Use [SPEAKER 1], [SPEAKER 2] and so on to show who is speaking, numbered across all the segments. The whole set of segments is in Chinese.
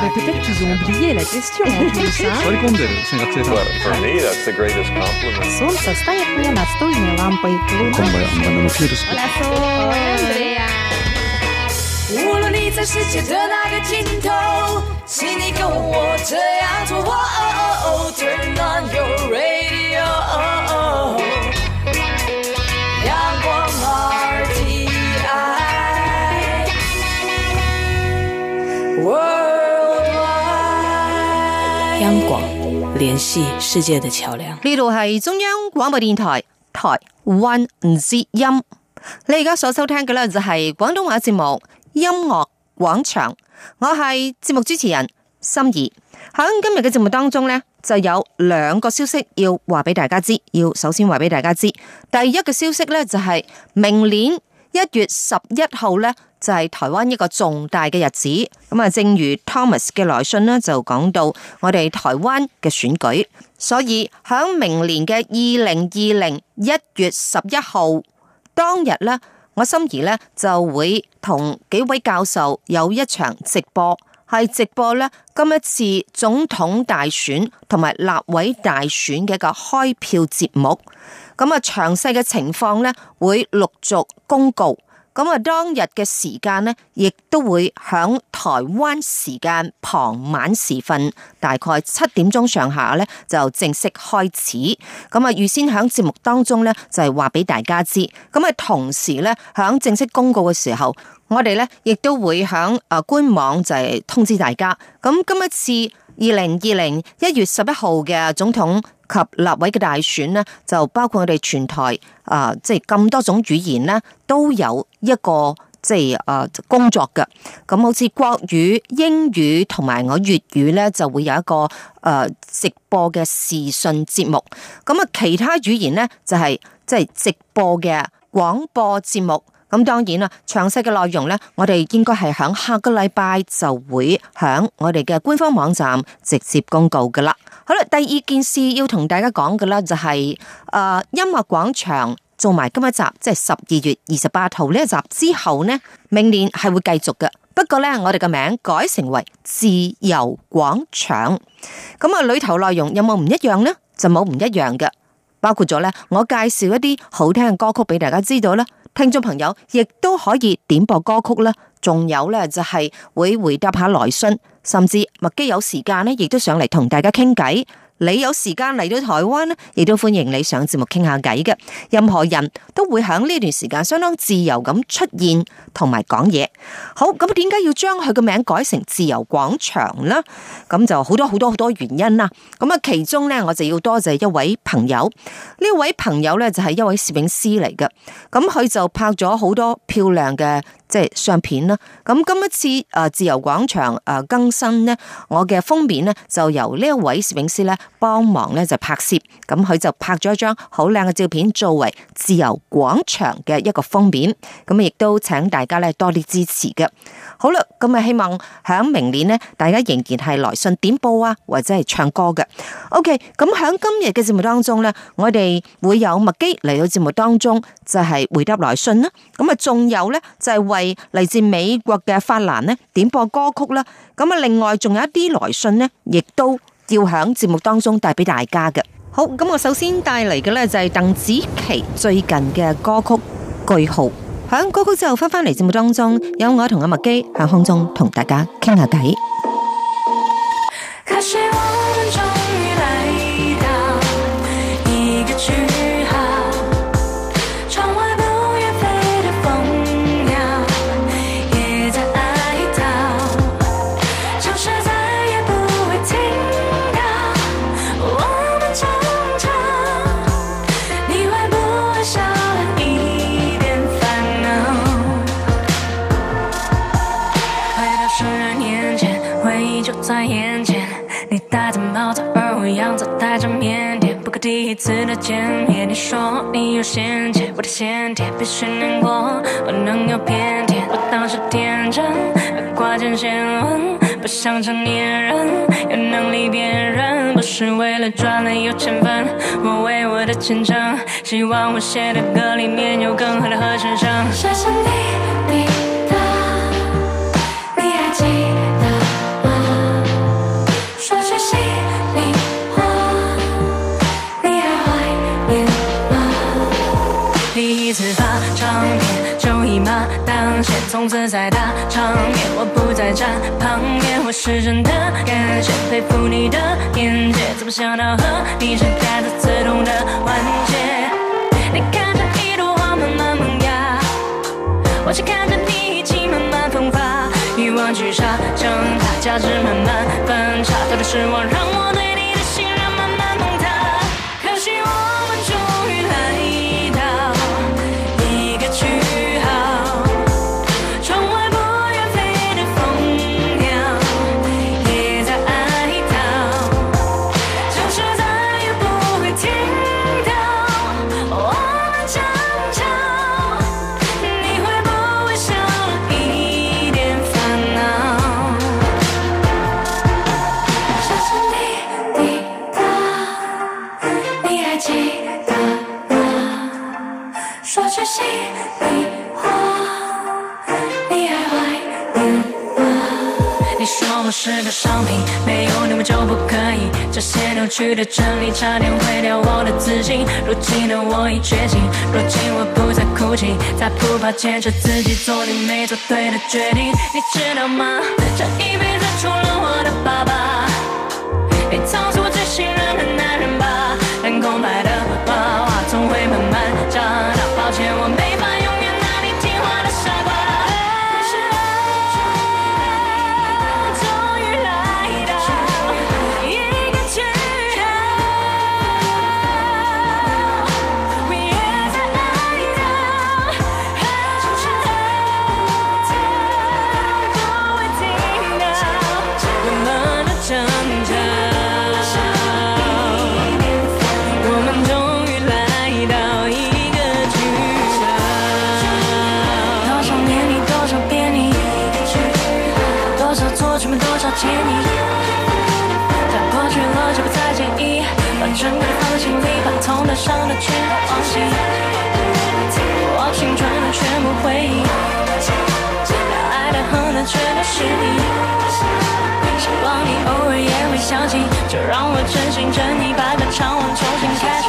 [SPEAKER 1] Mais peut-être qu'ils ont oublié la question en plus, hein?
[SPEAKER 2] Sorry, 생각세상.
[SPEAKER 3] But for me, that's the greatest compliment.
[SPEAKER 4] Солнце стоит мне над студней лампой. Луна
[SPEAKER 2] 정말 안 받는 거 피해줬어.
[SPEAKER 5] Andrea
[SPEAKER 6] 无论你在世界的哪个尽头，请你跟我这样做。哦哦哦，Turn on your radio。阳光 RTI。Worldwide。
[SPEAKER 7] 央广，联系世界的桥梁。
[SPEAKER 4] 呢度係中央廣播電台台灣之音。你而家所收聽嘅呢，就係廣東話節目《音樂廣場》，我係節目主持人心儀。喺今日嘅節目當中呢，就有兩個消息要話俾大家知，要首先話俾大家知。第一個消息呢，就係明年一月十一號呢，就係台灣一個重大嘅日子。咁啊，正如 Thomas 嘅來信呢，就講到我哋台灣嘅選舉，所以響明年嘅二零二零一月十一號當日呢，我心儀呢就會同幾位教授有一場直播，係直播呢今一次總統大選同埋立委大選嘅一個開票節目。咁啊，詳細嘅情況呢會陸續公告。咁啊，當日嘅時間呢，亦都會響台灣時間傍晚時分，大概七點鐘上下呢，就正式開始。咁啊，預先響節目當中呢，就係話俾大家知。咁啊，同時呢，響正式公告嘅時候，我哋呢亦都會響誒官網就係通知大家。咁今一次。二零二零一月十一號嘅總統及立委嘅大選呢，就包括我哋全台啊、呃即係咁多種語言呢，都有一個即係啊、呃工作嘅。咁好似國語、英語同埋我粵語呢，就會有一個誒、呃直播嘅視訊節目。咁啊，其他語言呢，就係即係直播嘅廣播節目。咁當然啦，詳細嘅內容呢，我哋應該係響下個禮拜就會響我哋嘅官方網站直接公告噶啦。好啦，第二件事要同大家講嘅啦，就係、呃音樂廣場做埋今一集，即係十二月二十八號呢一集之後呢，明年係會繼續嘅。不過呢，我哋嘅名改成為自由廣場。咁啊，裏頭內容有冇唔一樣呢？就冇唔一樣嘅。包括咗咧，我介紹一啲好聽嘅歌曲俾大家知道啦。聽眾朋友亦都可以點播歌曲啦，仲有咧就係會回答下來信，甚至麥基有時間咧，亦都上嚟同大家傾偈。你有時間嚟到台灣咧，亦都歡迎你上節目傾下偈嘅。任何人都會喺呢段時間相當自由咁出現同埋講嘢。好，咁點解要將佢個名改成自由廣場呢？咁就好多好多好多原因啦。咁啊，其中呢，我就要多謝一位朋友。呢位朋友呢，就係一位攝影師嚟嘅，咁佢就拍咗好多漂亮嘅即係相片啦。咁今一次誒自由廣場誒更新呢，我嘅封面呢，就由呢一位攝影師呢幫忙呢，就拍攝，咁佢就拍咗一張好靚嘅照片作為自由廣場嘅一個封面，咁亦都請大家呢多啲支持嘅。好啦，咁啊希望響明年呢，大家仍然係來信點播啊，或者係唱歌嘅。OK，咁喺今日嘅節目當中呢，我哋會有麥基嚟到節目當中，就係、回答來信啦。咁啊，仲有呢，就係、為嚟自美國嘅法蘭呢點播歌曲啦。咁啊，另外仲有一啲來信呢，亦都要喺節目當中帶俾大家嘅。好，咁我首先帶嚟嘅呢，就係鄧紫棋最近嘅歌曲《句號》。響歌曲之後翻返嚟節目當中，有我同阿麥基喺空中同大家傾下偈。
[SPEAKER 6] 可是我们终于来到一个句号，窗外不愿飞的蜂鸟也在哀悼，城市再也不会听到我们争吵。你会不会少了一点烦恼？回到十来年前，回忆就在眼前。你戴着帽子，而我样子带着腼腆。不过第一次的见面，你说你有先见，我的先天必须难过，不能有偏见。我当时天真，而挂件先问，不想成年人，有能力辨认，不是为了赚了有钱分。我为我的前程，希望我写的歌里面有更好的和声声。谢谢你抵达。你还记得吗？松自在的场面，我不在站旁边，我是真的感谢佩服你的眼界，怎么想到和你展开的刺痛的环节？你看着一朵花慢慢萌芽，我却看着你一起慢慢喷发，欲望巨鲨将它价值慢慢反差，它的失望让我对你的信任慢慢崩塌。可惜我们终于来到一个句号，窗外不愿飞的蜂鸟也在哀悼。就是再也不会听到哦我们争吵，你会不会少了一点烦恼？小声滴滴答，你还记得吗？说句心里话，你还怀念吗？你说我是个商品，没有你我就不可以。这些扭曲的真理差点毁掉我的自信。如今的我已觉醒，如今我不再哭泣，再不怕牵着自己做你没做对的决定。你知道吗？这一辈子除了我的爸爸，你曾是我最信任的男人吧？但空白的娃娃总会慢慢长大。抱歉，我没法永远拿你听话的傻瓜。可是爱终于来到一个句号，我也在哀悼，就是爱不会停到我们的争吵。我们终于来到一个句号。多少年你多少遍你，多少错全部多少歉你。它过去了就不再介意，把珍贵的放心里，把痛的伤的全都忘记，我青春的全部回忆，爱的恨的全都是你。希望你偶尔也会想起，就让我真心真意把个长吻重新开始。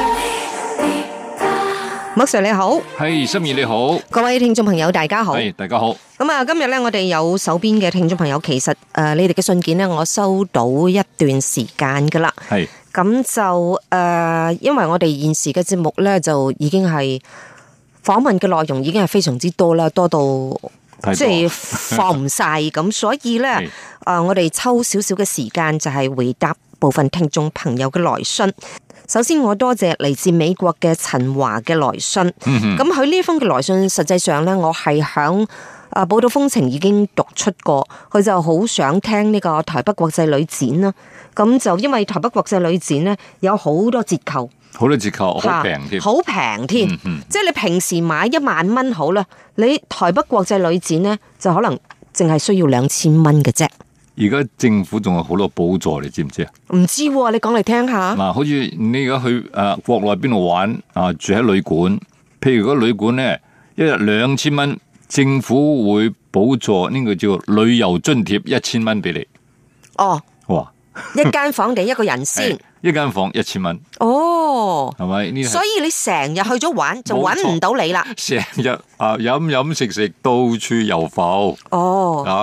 [SPEAKER 4] 麥 Sir 你好，
[SPEAKER 2] 係，心怡你好，
[SPEAKER 4] 各位聽眾朋友大家好。
[SPEAKER 2] 係大家好，
[SPEAKER 4] 咁啊，今日咧，我哋有手邊嘅聽眾朋友，其實誒、呃你哋嘅信件咧，我收到一段時間噶啦。
[SPEAKER 2] 係
[SPEAKER 4] 咁就誒、呃因為我哋現時嘅節目咧，就已經係訪問嘅內容已經係非常之多啦，多到
[SPEAKER 2] 太多
[SPEAKER 4] 即係放唔晒。咁，所以咧
[SPEAKER 2] 係
[SPEAKER 4] 誒、呃我哋抽少少嘅時間就係回答部分聽眾朋友嘅來信。首先，我多謝嚟自美國嘅陳華嘅來信。
[SPEAKER 2] 嗯
[SPEAKER 4] 咁佢呢封嘅來信，實際上呢，我係響啊寶島風情已經讀出過，佢就好想聽呢個台北國際旅展啦。咁就因為台北國際旅展呢，有好多折扣，
[SPEAKER 2] 好多折扣，好平添，
[SPEAKER 4] 好平添
[SPEAKER 2] 嗯嗯，
[SPEAKER 4] 即係你平時買一萬蚊好啦，你台北國際旅展呢，就可能淨係需要兩千蚊嘅啫。
[SPEAKER 2] 而家政府仲有好多補助，你知唔知啊？
[SPEAKER 4] 唔知喎、你講嚟聽下。
[SPEAKER 2] 嗱，好似你而家去誒國內邊度玩啊，住喺旅館，譬如嗰旅館咧，一日兩千蚊，政府會補助呢個叫旅遊津貼一千蚊俾你，
[SPEAKER 4] 哦，
[SPEAKER 2] 哇！
[SPEAKER 4] 一間房地一個人先
[SPEAKER 2] 係。一間房一千蚊，
[SPEAKER 4] 哦。
[SPEAKER 2] 係咪？呢啲係
[SPEAKER 4] 所以你成日去咗玩就揾唔到你啦。
[SPEAKER 2] 成日啊飲飲食食到處遊浮
[SPEAKER 4] 哦，
[SPEAKER 2] 啊！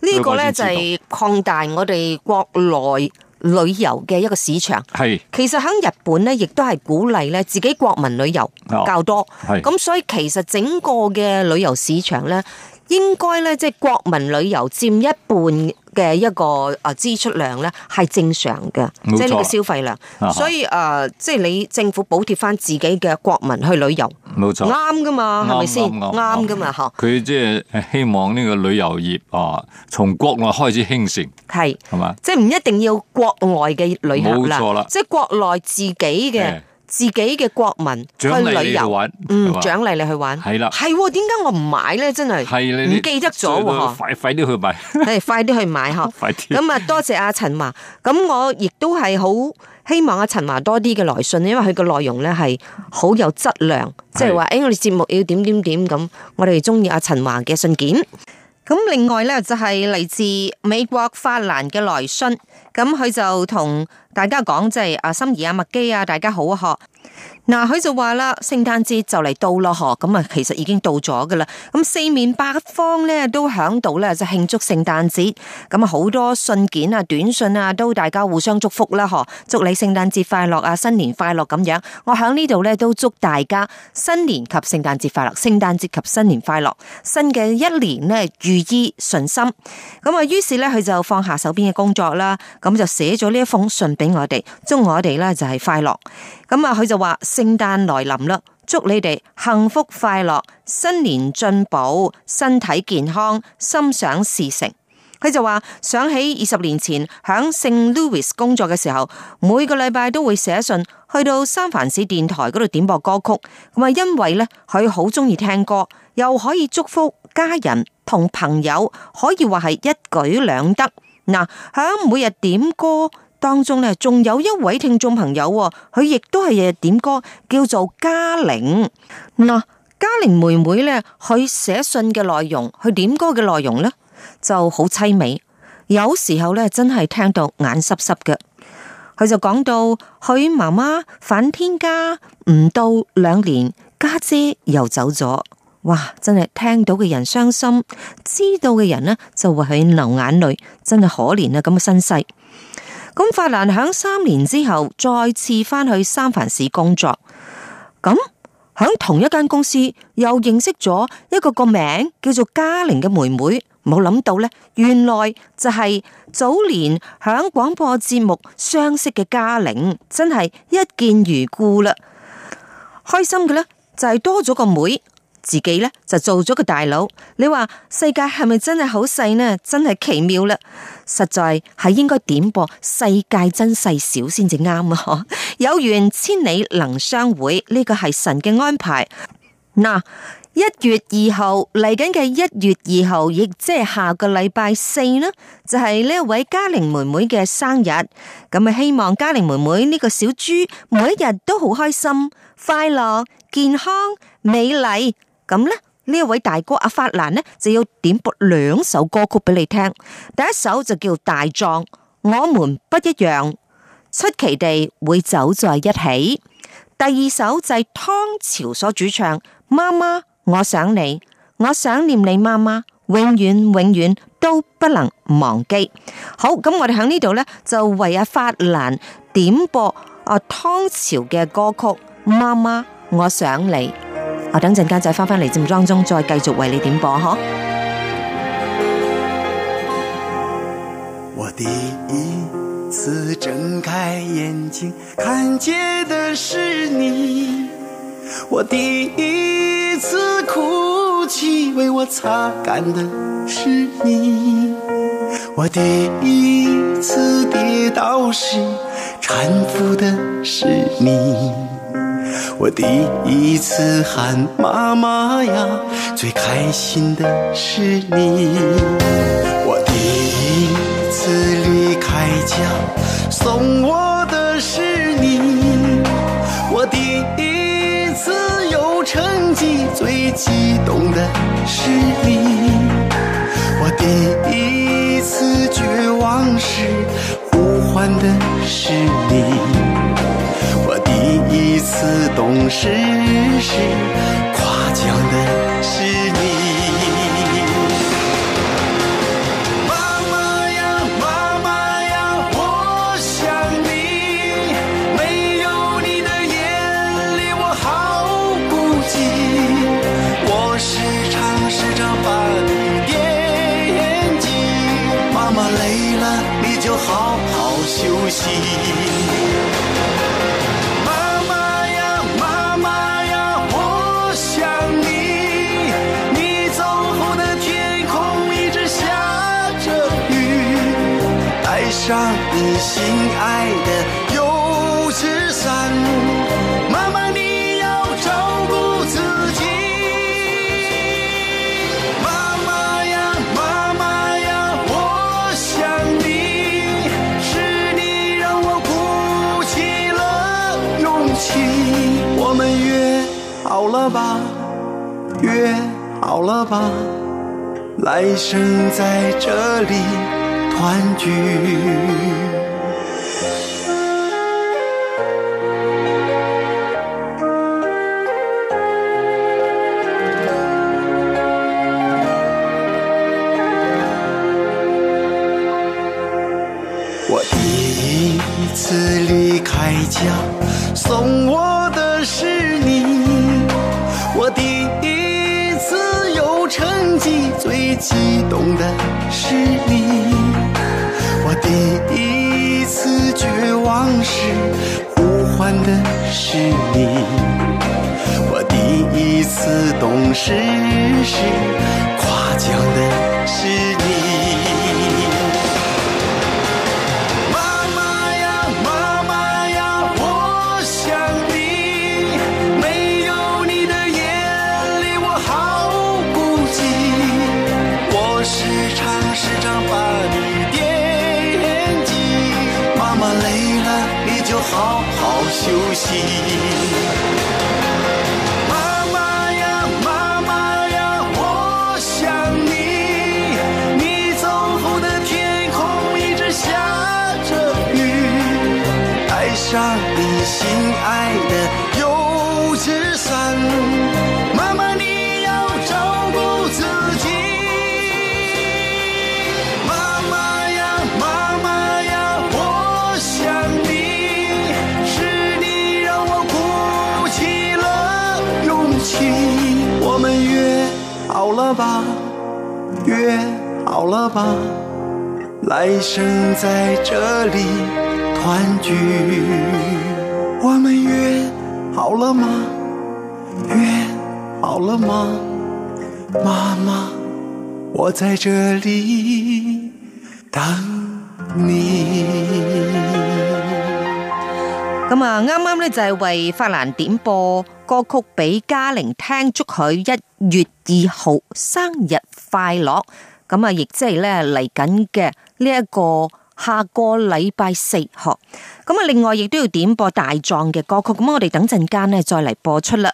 [SPEAKER 4] 呢個呢
[SPEAKER 2] 香港先知
[SPEAKER 4] 就
[SPEAKER 2] 道
[SPEAKER 4] 係擴大我哋國內旅遊嘅一個市場。
[SPEAKER 2] 係
[SPEAKER 4] 其實喺日本呢，亦都係鼓勵咧自己國民旅遊
[SPEAKER 2] 哦
[SPEAKER 4] 較多。
[SPEAKER 2] 係
[SPEAKER 4] 咁所以其實整個嘅旅遊市場呢，應該呢，即係國民旅遊佔一半嘅一個啊支出量呢，係正常嘅，
[SPEAKER 2] 冇錯
[SPEAKER 4] 即係呢個消費量。
[SPEAKER 2] 啊
[SPEAKER 4] 所以誒，即係你政府補貼翻自己嘅國民去旅遊。
[SPEAKER 2] 冇錯。
[SPEAKER 4] 啱噶嘛，啊係咪先？啱噶嘛，嗬，
[SPEAKER 2] 哦佢即係希望呢個旅遊業啊，從國內開始興盛，
[SPEAKER 4] 係，
[SPEAKER 2] 係嘛？
[SPEAKER 4] 即係唔一定要國外嘅旅遊
[SPEAKER 2] 冇錯啦
[SPEAKER 4] 啦，即係國內自己嘅
[SPEAKER 2] 誒
[SPEAKER 4] 自己嘅國民去
[SPEAKER 2] 獎勵你
[SPEAKER 4] 旅
[SPEAKER 2] 去
[SPEAKER 4] 遊，
[SPEAKER 2] 玩，
[SPEAKER 4] 嗯，
[SPEAKER 2] 係嘛
[SPEAKER 4] 獎勵你去玩，
[SPEAKER 2] 係啦
[SPEAKER 4] 係喎，點解我唔買咧？真係
[SPEAKER 2] 係你
[SPEAKER 4] 唔記得咗
[SPEAKER 2] 所以都
[SPEAKER 4] 喎，
[SPEAKER 2] 快快啲去買，。
[SPEAKER 4] 誒，快啲去買嗬
[SPEAKER 2] 快啲。
[SPEAKER 4] 咁啊，多謝阿陳華。咁我亦都係好希望阿陳華多啲嘅來信，因為佢嘅內容咧係好有質量，即係話哎誒，我哋節目要點點點咁，我哋中意阿陳華嘅信件。咁另外咧就係嚟自美國法蘭嘅來信，咁佢就同大家講即係啊心儀啊麥基啊，大家好啊嗬。嗱，佢就話啦，聖誕節就嚟到咯，嗬，咁啊，其實已經到咗噶啦。咁四面八方咧都響度咧就慶祝聖誕節，咁啊好多信件啊、短信啊，都大家互相祝福啦，嗬，祝你聖誕節快樂啊，新年快樂咁樣。我響呢度咧都祝大家新年及聖誕節快樂，聖誕節及新年快樂，新嘅一年呢，如意順心。咁啊，於是咧佢就放下手邊嘅工作啦，咁就寫咗呢一封信俾我哋，祝我哋咧就係快樂。咁啊，佢就話聖誕來臨啦，祝你哋幸福快樂，新年進步，身體健康，心想事成。佢就話想起二十年前響聖 Louis 工作嘅時候，每個禮拜都會寫信去到三藩市電台嗰度點播歌曲。咁啊，因為咧佢好中意聽歌，又可以祝福家人同朋友，可以話係一舉兩得。嗱，響每日點歌。當中咧，仲有一位聽眾朋友喎，佢亦都係日日點歌，叫做嘉玲。嗱，嘉玲妹妹咧，佢寫信嘅內容，佢點歌嘅內容咧就好凄美，有時候咧真係聽到眼濕濕嘅。佢就講到佢媽媽返天家唔到兩年，家姐又走咗。哇！真係聽到嘅人傷心，知道嘅人呢就為佢流眼淚，真係可憐啊！咁嘅身世。咁法蘭響三年之後再次返去三藩市工作，咁響同一間公司又認識咗一個個名叫做嘉玲嘅妹妹，冇諗到呢，原來就係早年響廣播節目相識嘅嘉玲，真係一見如故啦。開心嘅呢，就係多咗個妹。自己咧就做咗個大佬，你話世界係咪真係好細呢？真係奇妙啦！實在係應該點播世界真細小先至啱啊！有緣千里能相會，呢個係神嘅安排。嗱，一月二號嚟緊嘅一月二號，亦即係下個禮拜四呢，就係呢一位嘉玲妹妹嘅生日。咁啊，希望嘉玲妹妹呢個小豬每一日都好開心、快樂、健康、美麗。咁咧，呢一位大哥阿法蘭呢，就要點播兩首歌曲俾你聽。第一首就叫《大壯》，我們不一樣，出奇地會走在一起。第二首就係湯潮所主唱《媽媽，我想你》，我想念你媽媽，永遠永遠都不能忘記。好，咁我哋喺呢度呢，就為阿法蘭點播啊湯潮嘅歌曲《媽媽，我想你》。我等陣間再翻返嚟節目當中，再繼續為你點播嗬。
[SPEAKER 8] 我第一次睁开眼睛，看见的是你。我第一次哭泣，为我擦干的是你。我第一次跌倒时，搀扶的是你。我第一次喊妈妈呀，最开心的是你。我第一次离开家，送我的是你。我第一次有成绩，最激动的是你。我第一次绝望时，呼唤的是你。我第一次懂事时，夸奖的是你。妈妈呀，妈妈呀，我想你。没有你的夜里，我好孤寂。我时常试着把你惦记。妈妈累了，你就好好休息。妈妈呀，妈妈呀，我想你。你走后的天空一直下着雨，带上你心爱的油纸伞，妈妈你要照顾自己。妈妈呀，妈妈呀，我想你，是你让我鼓起了勇气。我们约好了吧，约好了吧，来生在这里团聚。次离开家，送我的是你，我第一次有成绩，最激动的是你，我第一次绝望时，呼唤的是你。我第一次懂事时，夸奖的是你。妈妈呀，妈妈呀，我想你，没有你的夜里我好孤寂。我时常时常把你惦记，妈妈累了你就好好休息。妈妈呀，妈妈呀，我想你。你走后的天空一直下着雨，带上你心爱的油纸伞，妈妈你要照顾自己。妈妈呀，妈妈呀，我想你，是你让我鼓起了勇气。我们约好了吧，约好了吧，来生在这里团聚。我们约好了吗？约好了吗，妈妈？我在这里等你。
[SPEAKER 4] 咁啊，啱啱咧就係為法蘭點播歌曲俾嘉玲聽，祝佢一月二號生日快樂。咁啊，亦即係咧嚟緊嘅呢一個下個禮拜四呵。咁啊，另外亦都要點播大壯嘅歌曲。咁我哋等陣間咧再嚟播出啦。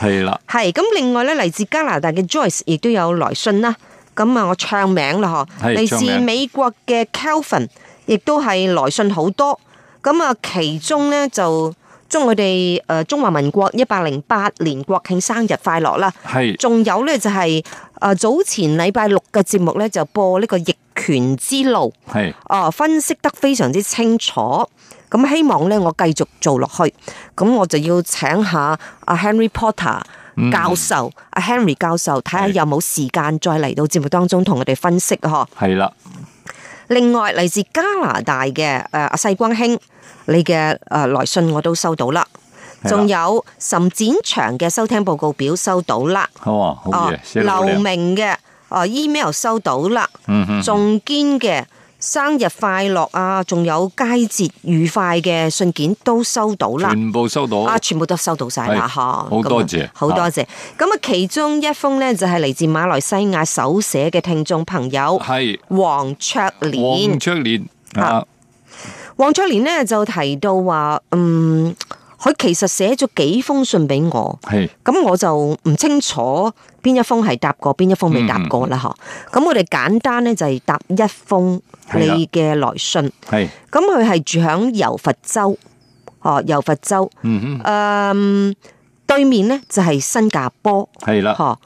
[SPEAKER 2] 系啦，
[SPEAKER 4] 係咁，另外咧嚟自加拿大嘅 Joyce 亦都有來信啦。咁啊，我唱名啦嗬，
[SPEAKER 2] 係
[SPEAKER 4] 嚟
[SPEAKER 2] 唱
[SPEAKER 4] 自
[SPEAKER 2] 名
[SPEAKER 4] 美國嘅 Calvin 亦都係來信好多。咁啊，其中咧就祝我哋誒中華民國一百零八年國慶生日快樂啦！
[SPEAKER 2] 系
[SPEAKER 4] 仲有咧就係、呃早前禮拜六嘅節目咧就播呢個逆權之路。
[SPEAKER 2] 系
[SPEAKER 4] 啊，分析得非常之清楚。咁希望咧，我繼續做落去。咁我就要請下阿 Henry Potter 教授，阿、Henry 教授睇下
[SPEAKER 2] 嗯係
[SPEAKER 4] 有冇時間再嚟到節目當中同我哋分析啊嗬。
[SPEAKER 2] 系啦，
[SPEAKER 4] 另外嚟自加拿大嘅誒阿世光兄，你嘅誒來信我都收到啦。
[SPEAKER 2] 係啦
[SPEAKER 4] 仲有岑展祥嘅收聽報告表收到啦。
[SPEAKER 2] 好啊，好
[SPEAKER 4] 哦
[SPEAKER 2] 嘢，，寫得好
[SPEAKER 4] 劉
[SPEAKER 2] 靚
[SPEAKER 4] 明嘅哦 email 收到啦。
[SPEAKER 2] 嗯哼，
[SPEAKER 4] 仲堅嘅生日快樂啊，仲有佳節愉快嘅信件都收到啦。
[SPEAKER 2] 全部收到，
[SPEAKER 4] 啊！全部都收到晒啦，
[SPEAKER 2] 係
[SPEAKER 4] 嚇！
[SPEAKER 2] 好多
[SPEAKER 4] 咁啊
[SPEAKER 2] 謝
[SPEAKER 4] 好多謝。咁啊，其中一封呢，就係嚟自馬來西亞手寫嘅聽眾朋友
[SPEAKER 2] 系
[SPEAKER 4] 黃卓蓮
[SPEAKER 2] 黃。卓蓮啊
[SPEAKER 4] 啊，黃卓蓮呢，就提到話，嗯，佢其實寫咗幾封信俾我，
[SPEAKER 2] 系
[SPEAKER 4] 咁我就唔清楚邊一封係答過，邊一封
[SPEAKER 2] 嗯
[SPEAKER 4] 未答過啦，嗬、咁我哋簡單咧就係答一封
[SPEAKER 2] 係啦
[SPEAKER 4] 你嘅來信。
[SPEAKER 2] 系，
[SPEAKER 4] 咁佢係住響柔佛州，哦，柔佛州，
[SPEAKER 2] 嗯
[SPEAKER 4] 诶、對面咧就係新加坡，
[SPEAKER 2] 哼，系啦，
[SPEAKER 4] 嗬。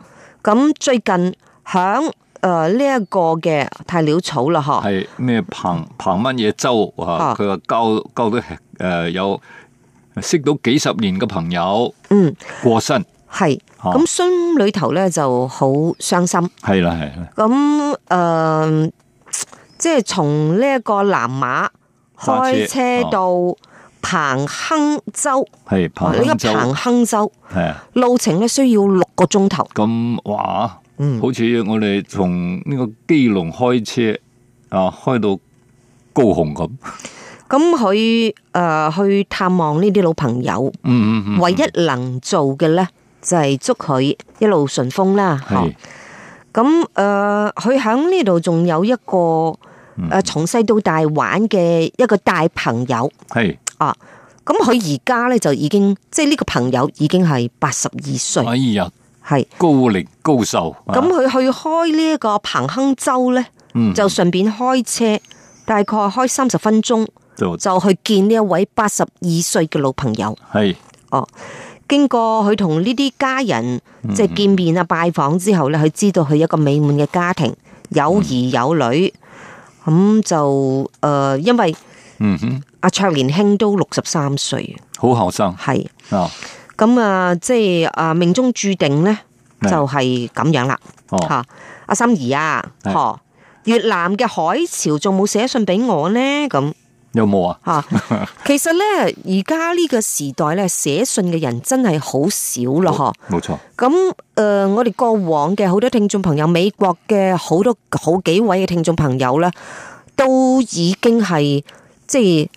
[SPEAKER 4] 咁最近響诶呢一個嘅太料草啦，嗬。
[SPEAKER 2] 係咩彭彭乜嘢州
[SPEAKER 4] 啊
[SPEAKER 2] 啊？佢話交交到诶有識到幾十年嘅朋友，
[SPEAKER 4] 嗯，
[SPEAKER 2] 過身
[SPEAKER 4] 係。
[SPEAKER 2] 哦
[SPEAKER 4] 咁心裏頭咧就好傷心。
[SPEAKER 2] 係啦係啦，
[SPEAKER 4] 咁诶、誒即係從呢一個南馬開
[SPEAKER 2] 揸車
[SPEAKER 4] 車到彭亨州，
[SPEAKER 2] 係
[SPEAKER 4] 哦
[SPEAKER 2] 哦彭
[SPEAKER 4] 呢個
[SPEAKER 2] 亨州
[SPEAKER 4] 彭亨州
[SPEAKER 2] 係啊，
[SPEAKER 4] 路程咧需要六個鐘頭，
[SPEAKER 2] 咁哇，
[SPEAKER 4] 嗯
[SPEAKER 2] 好似我哋從呢個基隆開車啊，開到高雄咁，
[SPEAKER 4] 咁佢诶去探望呢啲老朋友，
[SPEAKER 2] 嗯嗯嗯，
[SPEAKER 4] 唯一能做嘅咧就係祝佢一路順風啦，嚇
[SPEAKER 2] 係
[SPEAKER 4] 咁誒，呃佢喺呢度仲有一個誒、
[SPEAKER 2] 嗯
[SPEAKER 4] 呃、從細到大玩嘅一個大朋友
[SPEAKER 2] 係，
[SPEAKER 4] 啊。咁佢而家咧就已經即係呢個朋友已經係八十二歲，
[SPEAKER 2] 哎呀，
[SPEAKER 4] 係
[SPEAKER 2] 高齡高壽，啊
[SPEAKER 4] 咁佢去開呢一個彭亨州咧，
[SPEAKER 2] 嗯
[SPEAKER 4] 就順便開車，大概開三十分鐘
[SPEAKER 2] 就
[SPEAKER 4] 就去見呢一位八十二歲嘅老朋友。
[SPEAKER 2] 係
[SPEAKER 4] 哦，經過佢同呢啲家人即係見面啊、拜訪之後咧，佢知道佢一個美滿嘅家庭，有兒有女，咁、就誒、呃因為
[SPEAKER 2] 嗯哼，
[SPEAKER 4] 阿卓年兄都六十三歲，
[SPEAKER 2] 好後生
[SPEAKER 4] 係
[SPEAKER 2] 啊，
[SPEAKER 4] 咁啊，即係啊命中注定咧，
[SPEAKER 2] 係
[SPEAKER 4] 就係咁樣啦。
[SPEAKER 2] 哦
[SPEAKER 4] 吓，阿心怡啊，
[SPEAKER 2] 係
[SPEAKER 4] 嗬，越南嘅海潮仲冇寫信俾我呢？咁
[SPEAKER 2] 有冇啊？
[SPEAKER 4] 吓，其實咧而家呢個時代咧，寫信嘅人真係好少咯，嗬。
[SPEAKER 2] 冇錯，
[SPEAKER 4] 咁誒、呃我哋過往嘅好多聽眾朋友，美國嘅好多好幾位嘅聽眾朋友咧，都已經係即係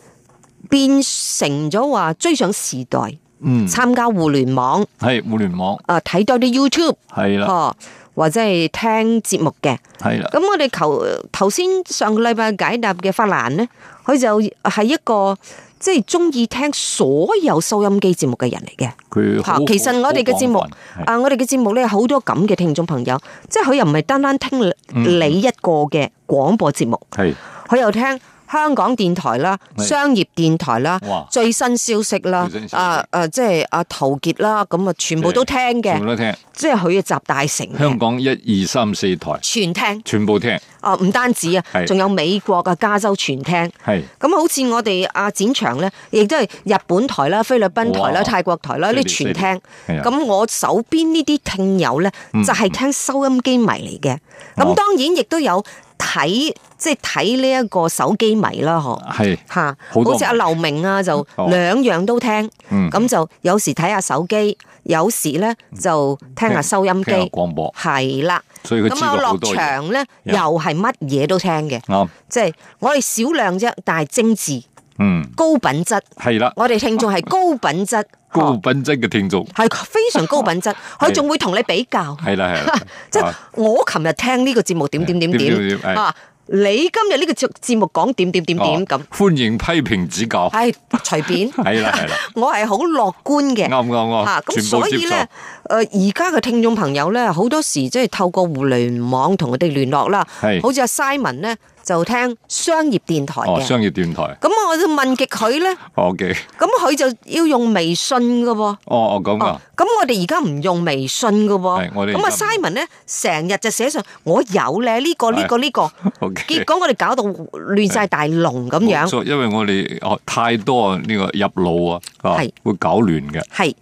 [SPEAKER 4] 變成咗話追上時代，
[SPEAKER 2] 嗯，
[SPEAKER 4] 參加互聯網，
[SPEAKER 2] 係互聯網，
[SPEAKER 4] 啊睇多啲 YouTube，
[SPEAKER 2] 係啦，
[SPEAKER 4] 哦，或者係聽節目嘅。
[SPEAKER 2] 係啦，
[SPEAKER 4] 咁我哋求頭先上個禮拜解答嘅法蘭呢，佢就係一個即係中意聽所有收音機節目嘅人嚟嘅。
[SPEAKER 2] 佢好
[SPEAKER 4] 嚇其實我哋嘅節目
[SPEAKER 2] 好廣泛係
[SPEAKER 4] 啊，我哋嘅節目咧好多咁嘅聽眾朋友，即係佢又唔係單單聽
[SPEAKER 2] 嗯
[SPEAKER 4] 你一個嘅廣播節目，
[SPEAKER 2] 係
[SPEAKER 4] 佢又聽。香港電台啦、
[SPEAKER 2] 係
[SPEAKER 4] 商業電台啦
[SPEAKER 2] 哇、
[SPEAKER 4] 最新消息啦
[SPEAKER 2] 最新、消息
[SPEAKER 4] 啊啊，即係啊陶傑啦，咁啊，全部都聽
[SPEAKER 2] 全
[SPEAKER 4] 嘅，
[SPEAKER 2] 部
[SPEAKER 4] 嗯
[SPEAKER 2] 都聽，
[SPEAKER 4] 即係佢嘅集大成嘅，
[SPEAKER 2] 香港一二三四台
[SPEAKER 4] 全聽
[SPEAKER 2] 全部聽，
[SPEAKER 4] 啊，唔單止啊，
[SPEAKER 2] 係
[SPEAKER 4] 仲有美國啊、加州全聽。
[SPEAKER 2] 係
[SPEAKER 4] 咁啊好似我哋阿展場咧，亦都係日本台啦、菲律賓台
[SPEAKER 2] 哇
[SPEAKER 4] 啦、泰國台啦，
[SPEAKER 2] 犀
[SPEAKER 4] 呢
[SPEAKER 2] 利
[SPEAKER 4] 全
[SPEAKER 2] 犀利
[SPEAKER 4] 聽。
[SPEAKER 2] 係啊嗯
[SPEAKER 4] 咁我手邊呢啲聽友咧，就係聽收音機迷嚟嘅。
[SPEAKER 2] 哦
[SPEAKER 4] 咁當然亦都有睇，即係睇呢一個手機迷啦，嗬。
[SPEAKER 2] 係
[SPEAKER 4] 吓，
[SPEAKER 2] 好多
[SPEAKER 4] 好似阿
[SPEAKER 2] 迷
[SPEAKER 4] 劉明啊，就
[SPEAKER 2] 哦
[SPEAKER 4] 兩樣都聽，
[SPEAKER 2] 嗯
[SPEAKER 4] 咁就有時睇下手機，有時咧就聽下收音機
[SPEAKER 2] 聽，下廣播，
[SPEAKER 4] 係啦。
[SPEAKER 2] 所以佢知
[SPEAKER 4] 咁
[SPEAKER 2] 道
[SPEAKER 4] 我
[SPEAKER 2] 好
[SPEAKER 4] 落
[SPEAKER 2] 多嘢，
[SPEAKER 4] 場咧，
[SPEAKER 2] Yeah
[SPEAKER 4] 又係乜嘢都聽嘅。
[SPEAKER 2] 啱，
[SPEAKER 4] 即係我哋少量啫，但係精緻、
[SPEAKER 2] 嗯，
[SPEAKER 4] 高品質。
[SPEAKER 2] 係啦，
[SPEAKER 4] 我哋聽眾係高品質，
[SPEAKER 2] 高
[SPEAKER 4] 嗬
[SPEAKER 2] 品質嘅聽眾，
[SPEAKER 4] 係非常高品 質，佢仲會同你比較。
[SPEAKER 2] 係啦係啦
[SPEAKER 4] ，即係
[SPEAKER 2] 啊
[SPEAKER 4] 我琴日聽呢個節目點點點
[SPEAKER 2] 點點點
[SPEAKER 4] 點
[SPEAKER 2] 係
[SPEAKER 4] 啊，你今日呢個節節目講點點點點咁
[SPEAKER 2] 哦，歡迎批評指教，
[SPEAKER 4] 唉隨便。
[SPEAKER 2] 係啦係啦，
[SPEAKER 4] 我係好樂觀 嘅。
[SPEAKER 2] 啱啱
[SPEAKER 4] 吓
[SPEAKER 2] 啱，
[SPEAKER 4] 咁
[SPEAKER 2] 全
[SPEAKER 4] 所
[SPEAKER 2] 部
[SPEAKER 4] 以
[SPEAKER 2] 接受
[SPEAKER 4] 咧，誒，而家嘅聽眾朋友咧，好多時即係透過互聯網同我哋聯絡啦。
[SPEAKER 2] 係
[SPEAKER 4] 好似阿 Simon 咧就聽商業電台
[SPEAKER 2] 哦，
[SPEAKER 4] 嘅。
[SPEAKER 2] 商業電台
[SPEAKER 4] 咁我就問極佢咧，
[SPEAKER 2] ，OK，
[SPEAKER 4] 咁佢就要用微信噶喎。
[SPEAKER 2] 哦哦咁
[SPEAKER 4] 哦
[SPEAKER 2] 啊，，
[SPEAKER 4] 咁我哋而家唔用微信噶喎
[SPEAKER 2] 係。我哋
[SPEAKER 4] 咁啊
[SPEAKER 2] 而家唔
[SPEAKER 4] ，Simon 咧成日就寫上我有咧呢個呢個 呢個，
[SPEAKER 2] OK
[SPEAKER 4] 結果我哋搞到亂晒大龍咁
[SPEAKER 2] 冇
[SPEAKER 4] 樣。
[SPEAKER 2] 錯，因為我哋哦太多呢個入腦啊，啊
[SPEAKER 4] 係
[SPEAKER 2] 會搞亂嘅，
[SPEAKER 4] 係。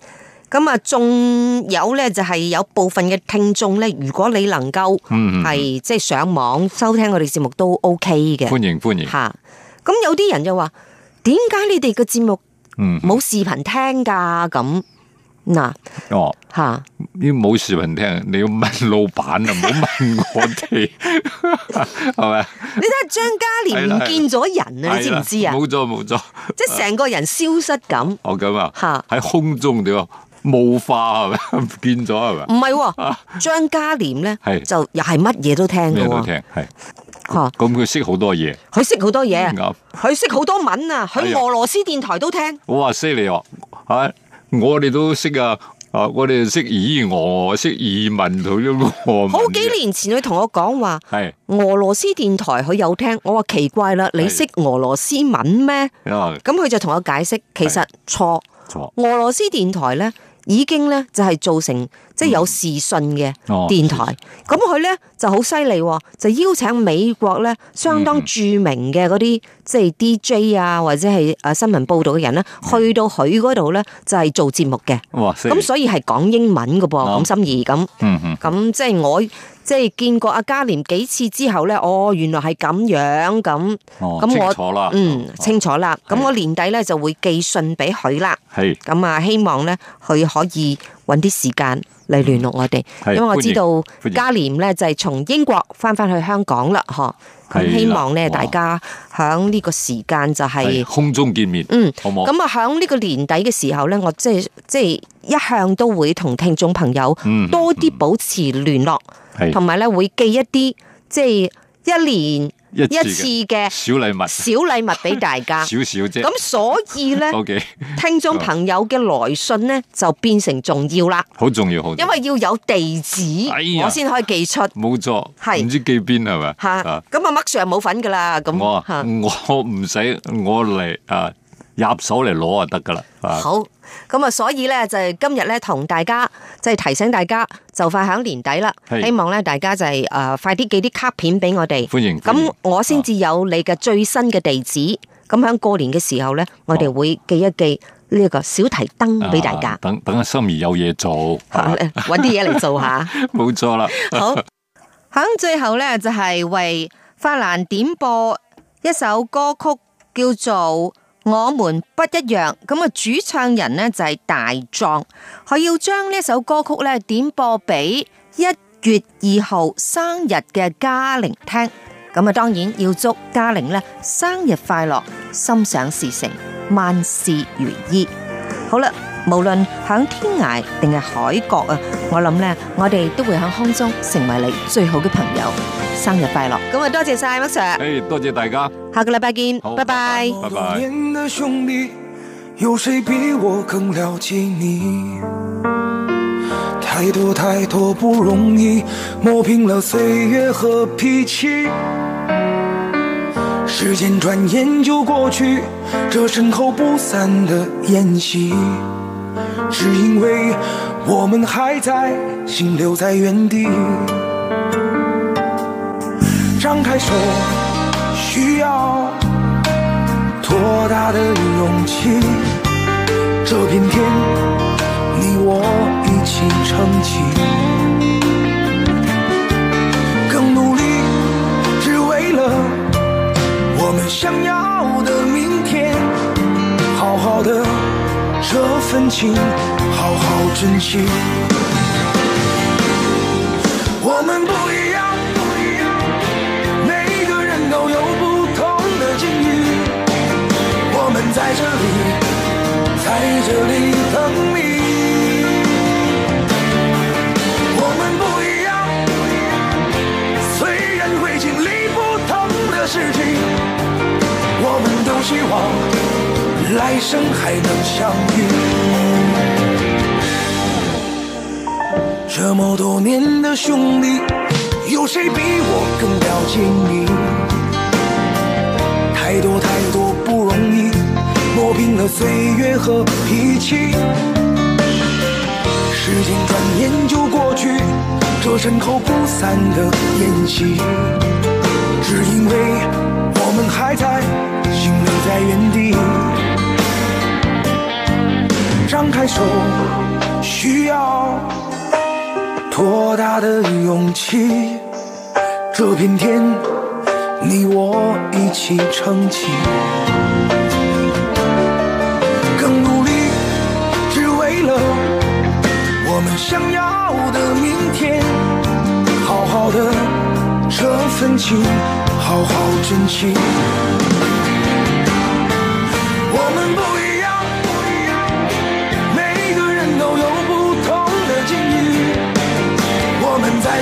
[SPEAKER 4] 咁啊，仲有咧就係有部分嘅聽眾咧，如果你能夠
[SPEAKER 2] 嗯嗯
[SPEAKER 4] 係即係上網收聽我哋節目都 OK 嘅
[SPEAKER 2] 歡迎歡迎，
[SPEAKER 4] 吓。咁有啲人就話：點解你哋嘅節目
[SPEAKER 2] 嗯，
[SPEAKER 4] 冇視頻聽㗎？咁嗱
[SPEAKER 2] 哦。
[SPEAKER 4] 吓，
[SPEAKER 2] 啲冇視頻聽，你要問老闆啊， 唔好問我哋， 係咪？
[SPEAKER 4] 你睇下張嘉
[SPEAKER 2] 係
[SPEAKER 4] 年唔
[SPEAKER 2] 啦係啦
[SPEAKER 4] 見咗人啊，你知唔知啊
[SPEAKER 2] 係啦？冇錯冇錯，
[SPEAKER 4] 即係成個人消失咁。
[SPEAKER 2] 哦咁啊
[SPEAKER 4] 嚇，
[SPEAKER 2] 喺空中點啊？霧化係咪？ 唔見咗係
[SPEAKER 4] 唔
[SPEAKER 2] 咪？
[SPEAKER 4] 係喎，張嘉年咧
[SPEAKER 2] 啊係
[SPEAKER 4] 就又係乜嘢都聽㗎
[SPEAKER 2] 咩都
[SPEAKER 4] 喎，
[SPEAKER 2] 聽，係
[SPEAKER 4] 嚇
[SPEAKER 2] 咁佢識好多嘢，
[SPEAKER 4] 佢識好多嘢
[SPEAKER 2] 啱
[SPEAKER 4] 啊，佢識好多文啊，
[SPEAKER 2] 哎
[SPEAKER 4] 佢
[SPEAKER 2] 呀
[SPEAKER 4] 俄羅斯電台都聽。
[SPEAKER 2] 我話犀利喎，啊！我哋都識啊，啊！我哋識以俄，識移民同咗俄文嘅
[SPEAKER 4] 好幾年前佢同我講話，
[SPEAKER 2] 係
[SPEAKER 4] 俄羅斯電台佢有聽，我話奇怪啦，你識俄羅斯文咩？
[SPEAKER 2] 啊，
[SPEAKER 4] 咁佢就同我解釋，其實錯，
[SPEAKER 2] 錯
[SPEAKER 4] 俄羅斯電台呢已經呢就係做成即係有視訊嘅
[SPEAKER 2] 嗯哦
[SPEAKER 4] 電台，咁佢呢就好犀利喎，就邀請美國呢相
[SPEAKER 2] 嗯
[SPEAKER 4] 當著名嘅嗰啲即係 DJ 啊或者係啊新聞報導嘅人呢，
[SPEAKER 2] 嗯
[SPEAKER 4] 去到佢嗰度呢就係做節目嘅，
[SPEAKER 2] 哇！犀利
[SPEAKER 4] 咁，所以係講英文嘅噃，
[SPEAKER 2] 啱
[SPEAKER 4] 咁心儀咁。
[SPEAKER 2] 嗯嗯，
[SPEAKER 4] 咁即係我即係見過阿嘉廉幾次之後咧，哦，原來係咁樣咁，
[SPEAKER 2] 哦
[SPEAKER 4] 咁
[SPEAKER 2] 清
[SPEAKER 4] 我
[SPEAKER 2] 楚啦
[SPEAKER 4] 嗯，清楚啦。咁
[SPEAKER 2] 哦係
[SPEAKER 4] 我年底咧就會寄信俾佢啦。
[SPEAKER 2] 係
[SPEAKER 4] 咁啊，希望咧佢可以揾啲時間嚟聯絡我哋，
[SPEAKER 2] 係
[SPEAKER 4] 因為我知道
[SPEAKER 2] 歡迎
[SPEAKER 4] 嘉廉咧就係從英國翻翻去香港啦，嗬。咁
[SPEAKER 2] 係啦
[SPEAKER 4] 希望咧
[SPEAKER 2] 哇
[SPEAKER 4] 大家響呢個時間就係、
[SPEAKER 2] 係空中見面，
[SPEAKER 4] 嗯，
[SPEAKER 2] 好冇？
[SPEAKER 4] 咁啊，喺呢個年底嘅時候咧，我即係即係一向都會同聽眾朋友
[SPEAKER 2] 嗯
[SPEAKER 4] 多啲保持聯絡，
[SPEAKER 2] 係
[SPEAKER 4] 同埋咧會寄一啲即係一年
[SPEAKER 2] 一次嘅
[SPEAKER 4] 次嘅
[SPEAKER 2] 小禮物，
[SPEAKER 4] 小禮物俾大 家。
[SPEAKER 2] 少少啫。
[SPEAKER 4] 咁所以咧，
[SPEAKER 2] O K，
[SPEAKER 4] 聽眾朋友嘅來信咧就變成重要啦，
[SPEAKER 2] 好重要，好重要
[SPEAKER 4] 因為要有地址
[SPEAKER 2] 哎呀
[SPEAKER 4] 我先可以寄出
[SPEAKER 2] 冇錯，
[SPEAKER 4] 係
[SPEAKER 2] 唔知寄邊係咪？
[SPEAKER 4] 吓。
[SPEAKER 2] 啊
[SPEAKER 4] 咁啊，麥 Sir 冇份噶啦，咁
[SPEAKER 2] 我啊
[SPEAKER 4] 嚇
[SPEAKER 2] 我唔使，我嚟啊入手嚟攞就得噶啦。啊
[SPEAKER 4] 好，咁啊，所以咧就係今日咧同大家即係提醒大家，就快響年底啦，
[SPEAKER 2] 係
[SPEAKER 4] 希望咧大家就係啊誒快啲寄啲卡片俾我哋，
[SPEAKER 2] 歡迎歡迎
[SPEAKER 4] 咁我先至有你嘅最新嘅地址。咁喺過年嘅時候咧，我哋會記一記呢一個小提燈俾大
[SPEAKER 2] 啊
[SPEAKER 4] 家，
[SPEAKER 2] 等等阿心儀有嘢做，啊
[SPEAKER 4] 嚇 揾啲嘢嚟做下。
[SPEAKER 2] 冇錯 啦。
[SPEAKER 4] 好，喺最後咧就係、為法蘭點播一首歌曲，叫做《我們不一樣》。咁啊，主唱人呢就係、大壯，佢要將呢首歌曲咧點播俾一月二號生日嘅嘉玲聽。咁啊，當然要祝嘉玲咧生日快樂，心想事成，萬事如意。好啦，無論響天涯定係海角啊，我諗呢，我哋都會響空中成為你最好嘅朋友。生日快樂！咁啊，多謝晒麥 Sir，
[SPEAKER 2] 誒，多謝大家，
[SPEAKER 4] 下個禮拜見，
[SPEAKER 2] 好
[SPEAKER 4] 拜拜。
[SPEAKER 2] 拜
[SPEAKER 8] 多
[SPEAKER 2] 拜。
[SPEAKER 8] 年的兄弟，有谁比我更了解你？太多太多不容易，磨平了岁月和脾气。时间转眼就过去，这身后不散的宴席，只因为我们还在，心留在原地。张开手，需要多大的勇气？这片天，你我一起撑起。更努力，只为了我们想要的明天。好好的这份情，好好珍惜。我们不一样，不一样，每个人都有不同的境遇。我们在这里，在这里等你。我们不一样，虽然会经历不同的事情，我们都希望来生还能相遇。这么多年的兄弟，有谁比我更了解你？太多太多不容易，磨平了岁月和脾气。时间转眼就过去，这身后不散的宴席，只因为我们还在，心留在原地。张开手，需要多大的勇气？这片天。你我一起撑起。更努力，只为了我们想要的明天。好好的这份情，好好珍惜。我们不一样，不一样，每个人都有不同的境遇。我们在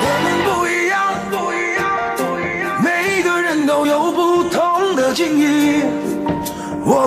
[SPEAKER 8] 我们不一样，不一样，不一样。每个人都有不同的境遇，我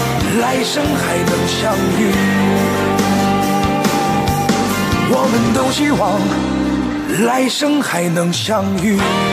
[SPEAKER 8] 来生还能相遇。我们都希望来生还能相遇。